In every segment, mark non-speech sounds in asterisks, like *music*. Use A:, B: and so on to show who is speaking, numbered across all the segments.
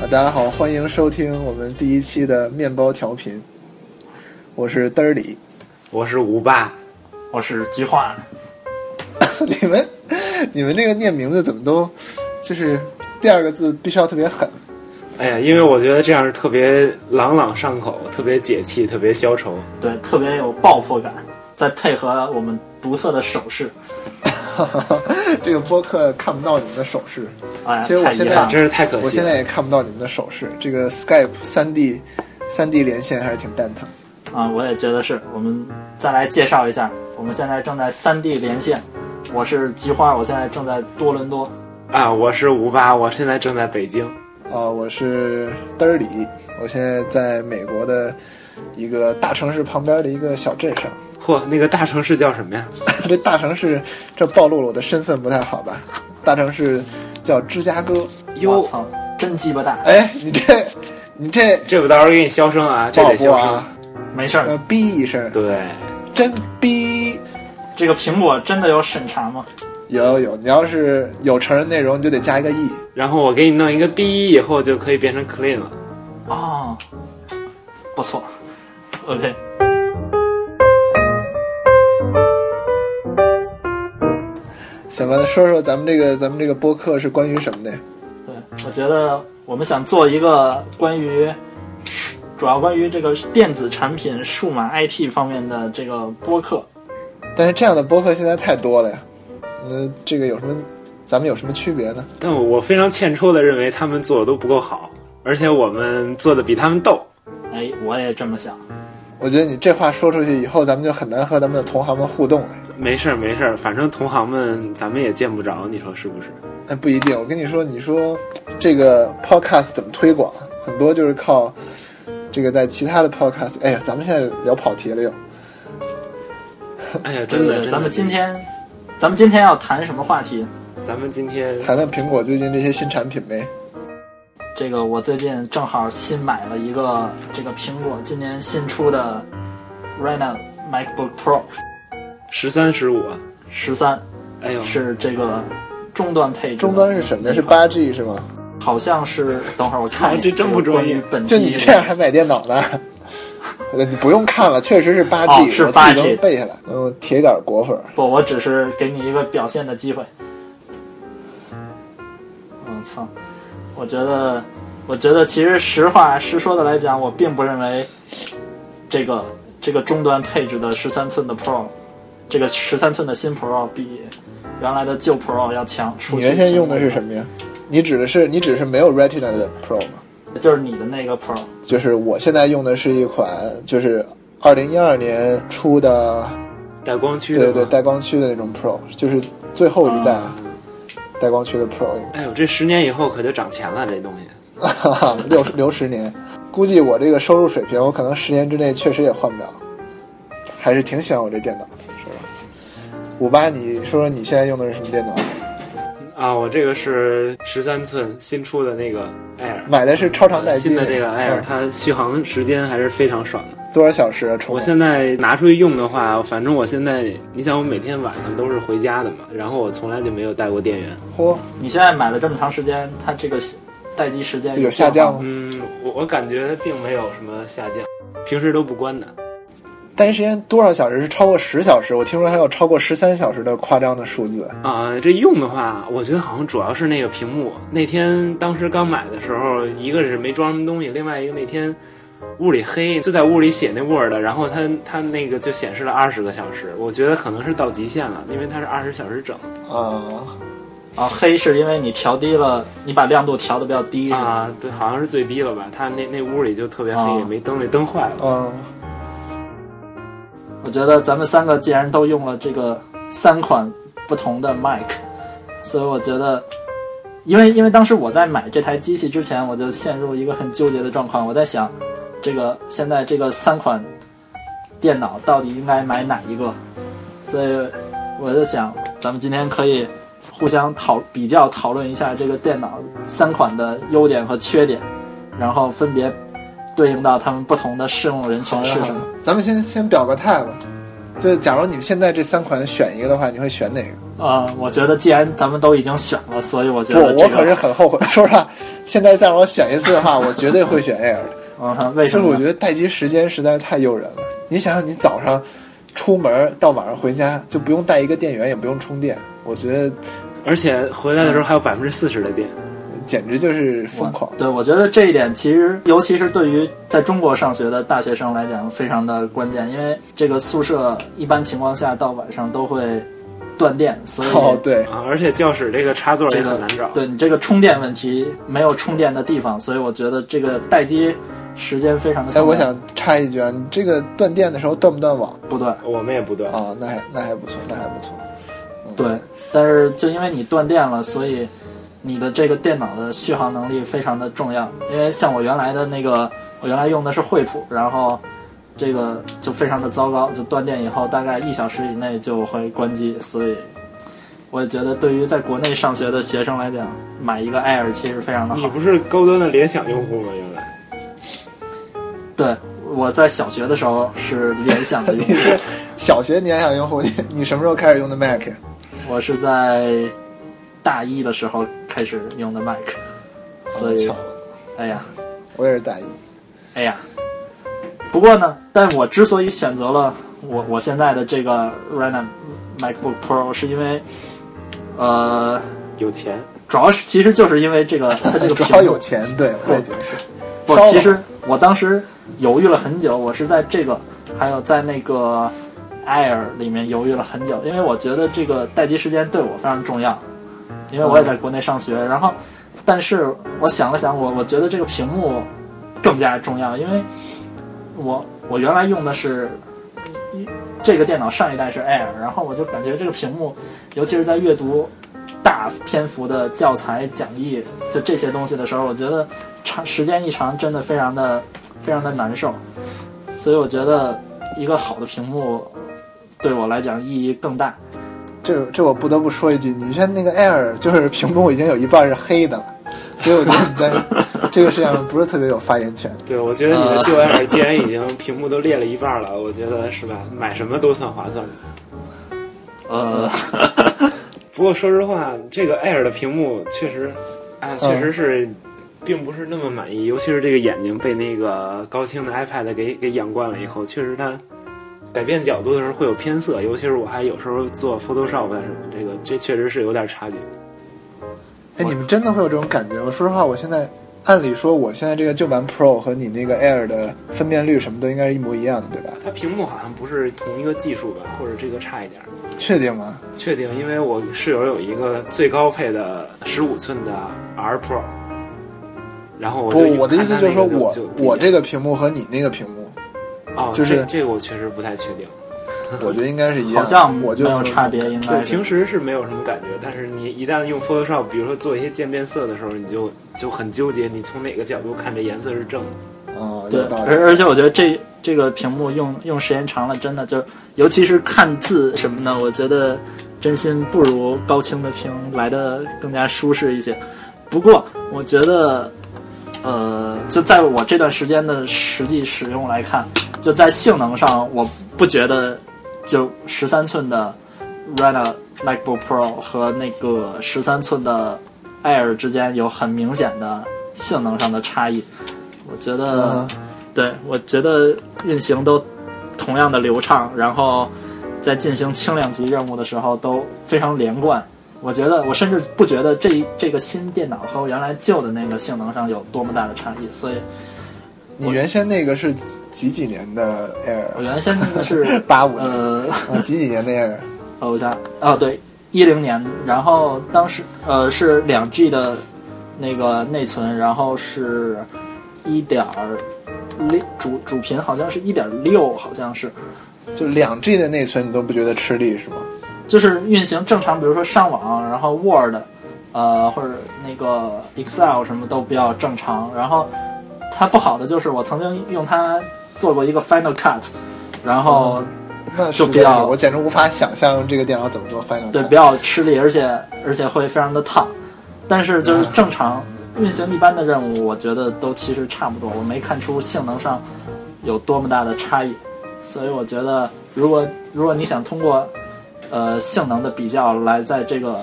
A: 啊大家好，欢迎收听我们第一期的面包调频，我是嘚儿里。
B: 我是吴爸，
C: 我是菊花，
A: *laughs* 你们你们这个念名字怎么都就是第二个字必须要特别狠？ *laughs*
B: 哎呀，因为我觉得这样特别朗朗上口，特别解气，特别消愁。
C: 对，特别有爆破感，再配合我们独特的手势，
A: 这个播客看不到你们的手势，
C: 哎呀，
A: 其实我
C: 太
A: 现
C: 遗
A: 在
C: 憾了。
B: 真是太可
A: 我
B: 惜
A: 现在
B: 了。
A: 也看不到你们的手势。这个 Skype 三 D 三 D 连线还是挺蛋疼。
C: 啊、我也觉得是。我们再来介绍一下，我们现在正在三地连线，我是菊花，我现在正在多伦多。
B: 啊，我是吴爸，我现在正在北京。
A: 啊、我是嘚儿里，我现在在美国的一个大城市旁边的一个小镇上。
B: 嚯，那个大城市叫什么呀？
A: *laughs* 这大城市，这暴露了我的身份不太好吧？大城市叫芝加哥。
C: 我
B: 哟，
C: 操，真鸡巴大！
A: 哎，你这，你这
B: 这我到时候给你消声啊，这
A: 爆
B: 得
A: 播
B: 消声。
A: 啊！
C: 没事儿
A: 呃，，逼一声，
B: 对，
A: 真逼！
C: 这个苹果真的有审查吗？
A: 有有有，你要是有成人内容，你就得加一个 e。
B: 然后我给你弄一个 B 以后就可以变成 clean 了。
C: 哦，不错，OK。
A: 行吧，那说说咱们这个咱们这个播客是关于什么的呀？
C: 对，我觉得我们想做一个关于主要关于这个电子产品、数码 IT 方面的这个播客。
A: 但是这样的播客现在太多了呀。那这个有什么？咱们有什么区别呢？
B: 但我非常欠抽的认为他们做的都不够好，而且我们做的比他们逗。
C: 哎，我也这么想。
A: 我觉得你这话说出去以后，咱们就很难和咱们的同行们互动了。
B: 没事儿没事儿，反正同行们咱们也见不着，你说是不是？
A: 那哎不一定。我跟你说，你说这个 podcast 怎么推广？很多就是靠这个在其他的 podcast。哎呀，咱们现在聊跑题了又。
B: 哎呀，
C: 对
B: 真的，
C: 对对，
B: 真的
C: 咱们今天，咱们今天要谈什么话题？
B: 咱们今天
A: 谈谈苹果最近这些新产品呗。
C: 这个我最近正好新买了一个这个苹果今年新出的 Retina MacBook Pro
B: 十三十五啊，
C: 十三，
B: 哎呦，
C: 是这个终端配置的。
A: 终嗯端是什么呀？是
C: 那款
A: 八 G 是吗？
C: 好像是，等会
A: *laughs*
C: 儿我看一
B: 操
C: 眼。
B: 这真不
C: 这
B: 专
C: 个关
B: 业
C: 于本
A: 就
C: 期
A: 你这样还买电脑呢？呃 *laughs* 你不用看了，确实是八 G，、
C: 哦是
A: 我自己都
C: 8G
A: 背下来。嗯，铁杆果粉儿。
C: 不，我只是给你一个表现的机会。我操！我觉得，我觉得其实实话实说的来讲，我并不认为这个这个终端配置的十三寸的 Pro，这个十三寸的新 Pro 比原来的旧 Pro 要强。
A: 你原先用的是什
C: 么？
A: 么呀？你指的是你指的是没有 Retina 的 Pro 吗？
C: 就是你的那个 Pro。
A: 就是我现在用的是一款，就是二零一二年出的
B: 带光驱的
A: 对
B: 吗啊
A: 对，带光驱的那种 Pro，就是最后一代带光驱的 Pro，
B: 哎呦，这十年以后可就涨钱了，这东西。
A: 哈哈， *laughs* 六十六十年，估计我这个收入水平，我可能十年之内确实也换不了。还是挺喜欢我这电脑的，是吧？五八，你说说你现在用的是什么电脑？
B: 啊，我这个是十三寸新出的那个 Air，
A: 买的是超长待机
B: 新的这个 Air，
A: 嗯
B: 它续航时间还是非常爽的。
A: 多少小时啊？充
B: 我
A: 电
B: 现在拿出去用的话，反正我现在，你想我每天晚上都是回家的嘛，然后我从来就没有带过电源。
A: 嚯，
C: 你现在买了这么长时间，它这个待机时间
A: 就有下降吗？
B: 嗯，我我感觉并没有什么下降，平时都不关的。
A: 单时间多少小时是超过十小时？我听说还有超过十三小时的夸张的数字。
B: 啊，这用的话，我觉得好像主要是那个屏幕。那天当时刚买的时候，一个是没装什么东西，另外一个那天屋里黑，就在屋里写那 Word，然后它它那个就显示了二十个小时，我觉得可能是到极限了，因为它是二十小时整
A: 啊、
C: 啊，黑是因为你调低了，你把亮度调的比较低是吧
B: 啊，对，好像是最低了吧？它那那屋里就特别黑，
C: 啊
B: 也没灯，那灯坏了。
A: 嗯，
C: 我觉得咱们三个既然都用了这个三款不同的 mic，所以我觉得，因为因为当时我在买这台机器之前，我就陷入一个很纠结的状况，我在想，这个现在这个三款电脑到底应该买哪一个？所以我就想，咱们今天可以互相讨比较讨论一下这个电脑三款的优点和缺点，然后分别对应到他们不同的适用人群是什么。
A: 咱们先先表个态吧。就假如你现在这三款选一个的话，你会选哪个？
C: 啊、我觉得既然咱们都已经选了，所以我觉
A: 不，
C: 得这个，
A: 我可是很后悔。 *laughs* 说实话，现在再让我选一次的话，我绝对会选 Air 的。
C: 嗯哼，为
A: 就 *laughs* 是
C: 什么
A: 我
C: 呢？
A: 觉得待机时间实在是太诱人了。你想想，你早上出门到晚上回家，就不用带一个电源，也不用充电，我觉得
B: 而且回来的时候还有百分之四十的电。
C: 嗯
A: 简直就是疯狂。
C: 对，我觉得这一点其实，尤其是对于在中国上学的大学生来讲，非常的关键，因为这个宿舍一般情况下到晚上都会断电，所以、
A: 哦，对，
B: 啊，而且教室这个插座也
C: 这个
B: 很难找。
C: *laughs* 对你这个充电问题没有充电的地方，所以我觉得这个待机时间非常的。
A: 哎，我想插一句啊，你这个断电的时候断不断网
C: 不对，
B: 我们也不断，
A: 啊？那还那还不错，那还不错。
C: 对，但是就因为你断电了，所以你的这个电脑的续航能力非常的重要。因为像我原来的那个，我原来用的是惠普，然后这个就非常的糟糕，就断电以后大概一小时以内就会关机，所以。我也觉得，对于在国内上学的学生来讲，买一个 Air 其实非常的
B: 你 *laughs*
C: 好。
B: 不是高端的联想用户吗？原来
C: 对，我在小学的时候是联想的用
A: 你
C: 户，
A: 是小学年享用户，你你什么时候开始用的 Mac？呀
C: 我是在大一的时候开始用的 Mac，所以
A: 巧，了
C: 哎呀，
A: 我也是大一。
C: 哎呀，不过呢，但我之所以选择了我我现在的这个 Retina MacBook Pro，是因为，呃，
B: 有钱，
C: 主要是其实就是因为
A: *laughs*
C: 这个它这个
A: 主
C: 屏
A: 要
C: 幕
A: 有钱，对我也觉得是。
C: 不
A: 烧，了
C: 其实嗯我当时犹豫了很久，我是在这个还有在那个 Air 里面犹豫了很久，因为我觉得这个待机时间对我非常重要，因为我也在国内上学。然后，但是我想了想，我我觉得这个屏幕更加重要，因为我我原来用的是这个电脑上一代是 Air，然后我就感觉这个屏幕，尤其是在阅读大篇幅的教材讲义，就这些东西的时候，我觉得长时间一长，真的非常的非常的难受。所以我觉得一个好的屏幕对我来讲意义更大。
A: 这这我不得不说一句，你像那个 Air，就是屏幕已经有一半是黑的了，所以我觉得你在这个事情上不是特别有发言权。
B: 对我觉得你的旧 Air 既然已经屏幕都裂了一半了，我觉得是吧，买什么都算划算
A: 嗯
B: 的。
C: 呃，
B: 不过说实话，这个 Air 的屏幕确实，啊，确实是，并不是那么满意，尤其是这个眼睛被那个高清的 iPad 给给养惯了以后，确实它改变角度的时候会有偏色，尤其是我还有时候做 Photoshop 啊什么，这个这确实是有点差距。
A: 哎，你们真的会有这种感觉吗？说实话，我现在按理说我现在这个旧版 Pro 和你那个 Air 的分辨率什么的应该是一模一样的，对吧？
B: 它屏幕好像不是同一个技术吧，或者这个差一点儿。
A: 确定吗？
B: 确定，因为我室友有一个最高配的十五寸的 R Pro，然后我
A: 不
B: 就，
A: 我的意思
B: 看
A: 就是
B: 它
A: 说
B: 那个
A: 我
B: 就不一样
A: 我这个屏幕和你那个屏幕，
B: 哦，
A: 就是
B: 这这个我确实不太确定。
A: 我觉得应该是一
C: 好
A: 样的。
C: 像
A: 我就
C: 没有差别，
A: 啊
C: 应
B: 对，
C: 该
B: 平
C: 是。
B: 时是没有什么感觉，但是你一旦用 Photoshop，比如说做一些渐变色的时候，你就就很纠结，你从哪个角度看这颜色是正的。
A: 啊，
C: 对
A: 有，道理。
C: 而而且我觉得这这个屏幕用用时间长了，真的就尤其是看字什么的，我觉得真心不如高清的屏来的更加舒适一些。不过我觉得，呃，就在我这段时间的实际使用来看，就在性能上，我不觉得就十三寸的 Retina MacBook Pro 和那个十三寸的 Air 之间有很明显的性能上的差异。我觉得。
A: 嗯，
C: 对，我觉得运行都同样的流畅，然后在进行轻量级任务的时候都非常连贯。我觉得，我甚至不觉得这这个新电脑和我原来旧的那个性能上有多么大的差异。所以
A: 你原先那个是几几年的
C: 我
A: Air？
C: 原先那个是
A: 八五年
C: 呃，
A: 啊，几几年的 Air？
C: 哦，我想哦，对，一零年，然后当时呃是两 G 的那个内存，然后是一点六主主频好像是一点六，好像是。
A: 就两 G 的内存，你都不觉得吃力是吗？
C: 就是运行正常，比如说上网，然后 Word，呃，或者那个 Excel 什么都比较正常。然后它不好的就是我曾经用它做过一个 Final Cut，然后
A: 那
C: 就
A: 实
C: 比
A: 在
C: 较
A: 是我简直无法想象这个电脑怎么做 Final
C: 对
A: Cut
C: 比较吃力，而且而且会非常的烫。但是就是正常运行一般的任务，我觉得都其实差不多，我没看出性能上有多么大的差异。所以我觉得，如果如果你想通过呃性能的比较来在这个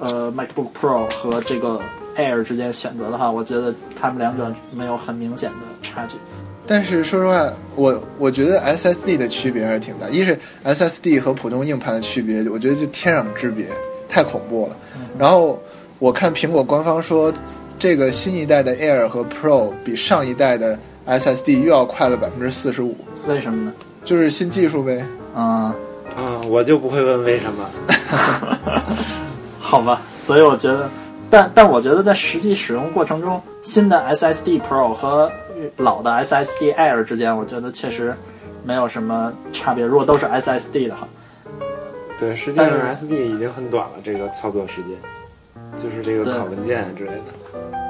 C: 呃 MacBook Pro 和这个 Air 之间选择的话，我觉得它们两者没有很明显的差距。
A: 但是说实话，我我觉得 SSD 的区别还是挺大。一是 SSD 和普通硬盘的区别，我觉得就天壤之别，太恐怖了。然后我看苹果官方说，这个新一代的 Air 和 Pro 比上一代的 SSD 又要快了百分之四十五，
C: 为什么呢？
A: 就是新技术呗。
C: 嗯，
B: 嗯，我就不会问为什么。
C: 好吧，所以我觉得，但但我觉得在实际使用过程中，新的 SSD Pro 和老的 SSD Air 之间，我觉得确实没有什么差别。如果都是 SSD 的话，
B: 对，实际上
C: 但
B: SD 已经很短了，这个操作时间，就是这
C: 对
B: 个拷文件啊之类的。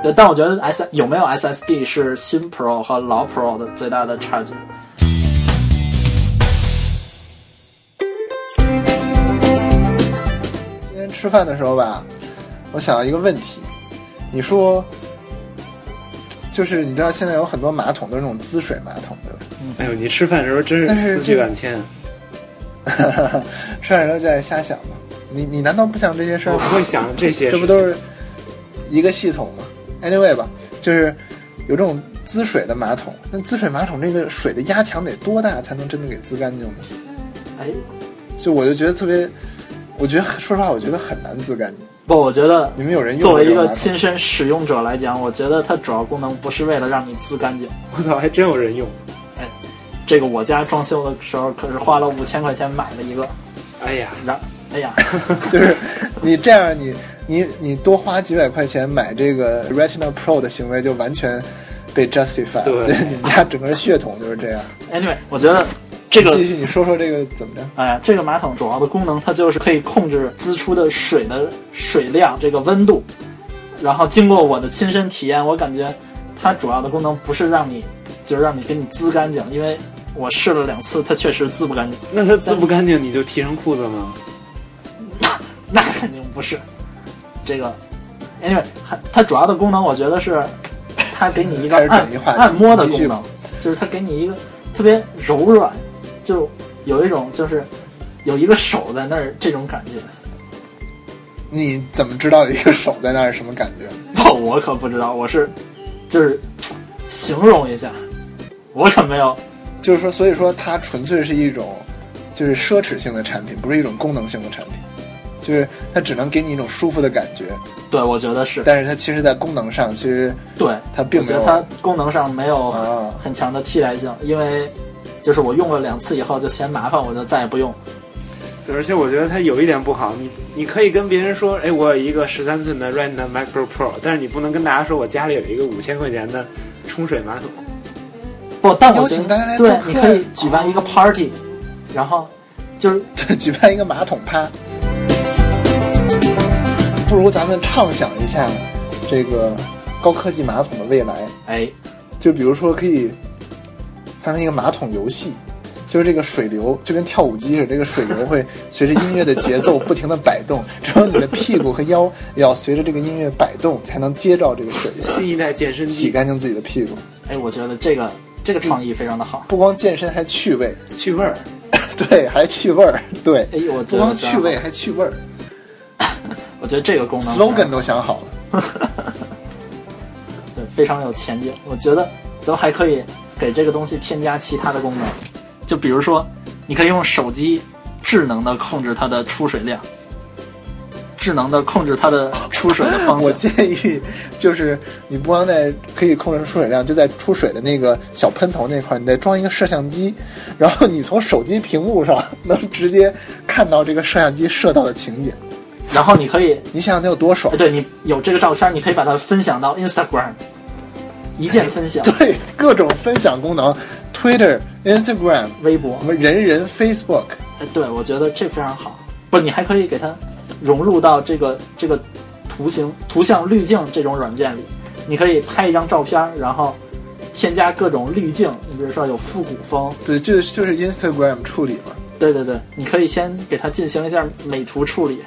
C: 对，但我觉得 S 有没有 SSD 是新 Pro 和老 Pro 的最大的差距。
A: 今天吃饭的时候吧，我想到一个问题，你说，就是你知道现在有很多马桶都是那种滋水马桶，对吧？
B: 哎呦，你吃饭的时候真
A: 但
B: 是
A: 是
B: 思绪
A: 这
B: 万千，
A: *laughs* 上来都在瞎想嘛。你你难道不想这些事儿
B: 哦我
A: 吗？
B: 不会想这些事情。
A: 这不都是一个系统吗？Anyway 吧，就是有这种滋水的马桶，那滋水马桶这个水的压强得多大才能真的给滋干净呢？
C: 哎，
A: 就我就觉得特别，我觉得说实话，我觉得很难滋干净。
C: 不，我觉得
A: 你们有人用
C: 作
A: 过
C: 为
A: 这
C: 一
A: 种
C: 个
A: 马桶？
C: 亲身使用者来讲，我觉得它主要功能不是为了让你滋干净。
B: *laughs* 我操，还真有人用。
C: 这个我家装修的时候可是花了五千块钱买了一个，
B: 哎呀，
C: 然哎呀，
A: 就是你这样你，你你多花几百块钱买这个 Retina Pro 的行为就完全被 justify 了。
B: 对
A: *laughs* 你们家整个血统就是这样。
C: Anyway，我觉得这个
A: 继，续，你说说这个怎么着？
C: 哎呀，这个马桶主要的功能，它就是可以控制滋出的水的水量、这个温度。然后经过我的亲身体验，我感觉它主要的功能不是让你，就是让你给你滋干净，因为我试了两次，它确实滋不干净。 *laughs*
B: 那它滋不干净，你就提上裤子吗？
C: 那肯定不是。这个，anyway，还它主要的功能，我觉得是它给你一个
A: 开始
C: 按
A: 转移话题
C: 按摩的
A: 继续
C: 功能，就是它给你一个特别柔软，就有一种就是有一个手在那儿这种感觉。
A: 你怎么知道一个手在那儿是什么感觉？
C: *laughs* 不，我可不知道，我是就是形容一下，我可没有。
A: 就是说，所以说它纯粹是一种就是奢侈性的产品，不是一种功能性的产品。就是它只能给你一种舒服的感觉，
C: 对，我觉得是
A: 但是它其实，在功能上，其实
C: 对，
A: 它并
C: 我
A: 没
C: 觉得
A: 有
C: 它功能上没有
A: 啊。
C: 很强的替代性，因为就是我用了两次以后就嫌麻烦，我就再也不用。
B: 对，而且我觉得它有一点不好，你你可以跟别人说，哎，我有一个十三寸的 Retina Micro Pro，但是你不能跟大家说我家里有一个五千块钱的冲水马桶。
C: 不，但我
A: 邀
C: 觉
A: 请
C: 得
A: 大家来做
C: 对，
A: 客
C: 你可以举办一个 party，然后就是
A: 对， *laughs* 举办一个马桶趴。不如咱们畅想一下这个高科技马桶的未来，
C: 哎，
A: 就比如说可以发明一个马桶游戏，就是这个水流就跟跳舞机似的，这个水流会随着音乐的节奏不停的摆动， *laughs* 只有你的屁股和腰 *laughs* 也要随着这个音乐摆动，才能接着这个
C: *laughs*
A: 水流，
B: 新一代健身
A: 洗
B: 机，
A: 干净自己的屁股。
C: 哎，我觉得这个这个创意非常的好。
A: 不光健身还趣味， *laughs*
B: 去味儿。
A: 对，还趣味儿，对，
C: 哎，我
A: 不
C: 觉得
A: 光
C: 这样
A: 趣味，还趣味儿
C: 我觉得这个功能
A: ，slogan 都想好了。
C: 对非常有前景。我觉得都还可以给这个东西添加其他的功能，就比如说你可以用手机智能的控制它的出水量，智能的控制它的出水的方
A: 我
C: 向。
A: 建议就是，你不光在可以控制出水量，就在出水的那个小喷头那块，你再装一个摄像机，然后你从手机屏幕上能直接看到这个摄像机射到的情景，
C: 然后你可以，
A: 你想想得有多爽
C: 哎，？对你有这个照片，你可以把它分享到 Instagram，一键分享。
A: 对，各种分享功能，Twitter、Instagram，
C: 微博
A: 什，么人人、Facebook，
C: 哎，对，我觉得这非常好。不，你还可以给它融入到这个这个图形图像滤镜这种软件里。你可以拍一张照片儿，然后添加各种滤镜。你比如说有复古风，
A: 对，就就是 Instagram 处理嘛。
C: 对对对，你可以先给它进行一下美图处理。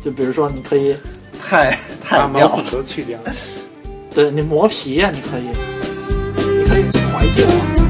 C: 就比如说，你可以
A: 太太
B: 把毛
A: 妙了
B: 孔！都去掉。
C: 对你磨皮呀、你可以，你可以怀旧啊。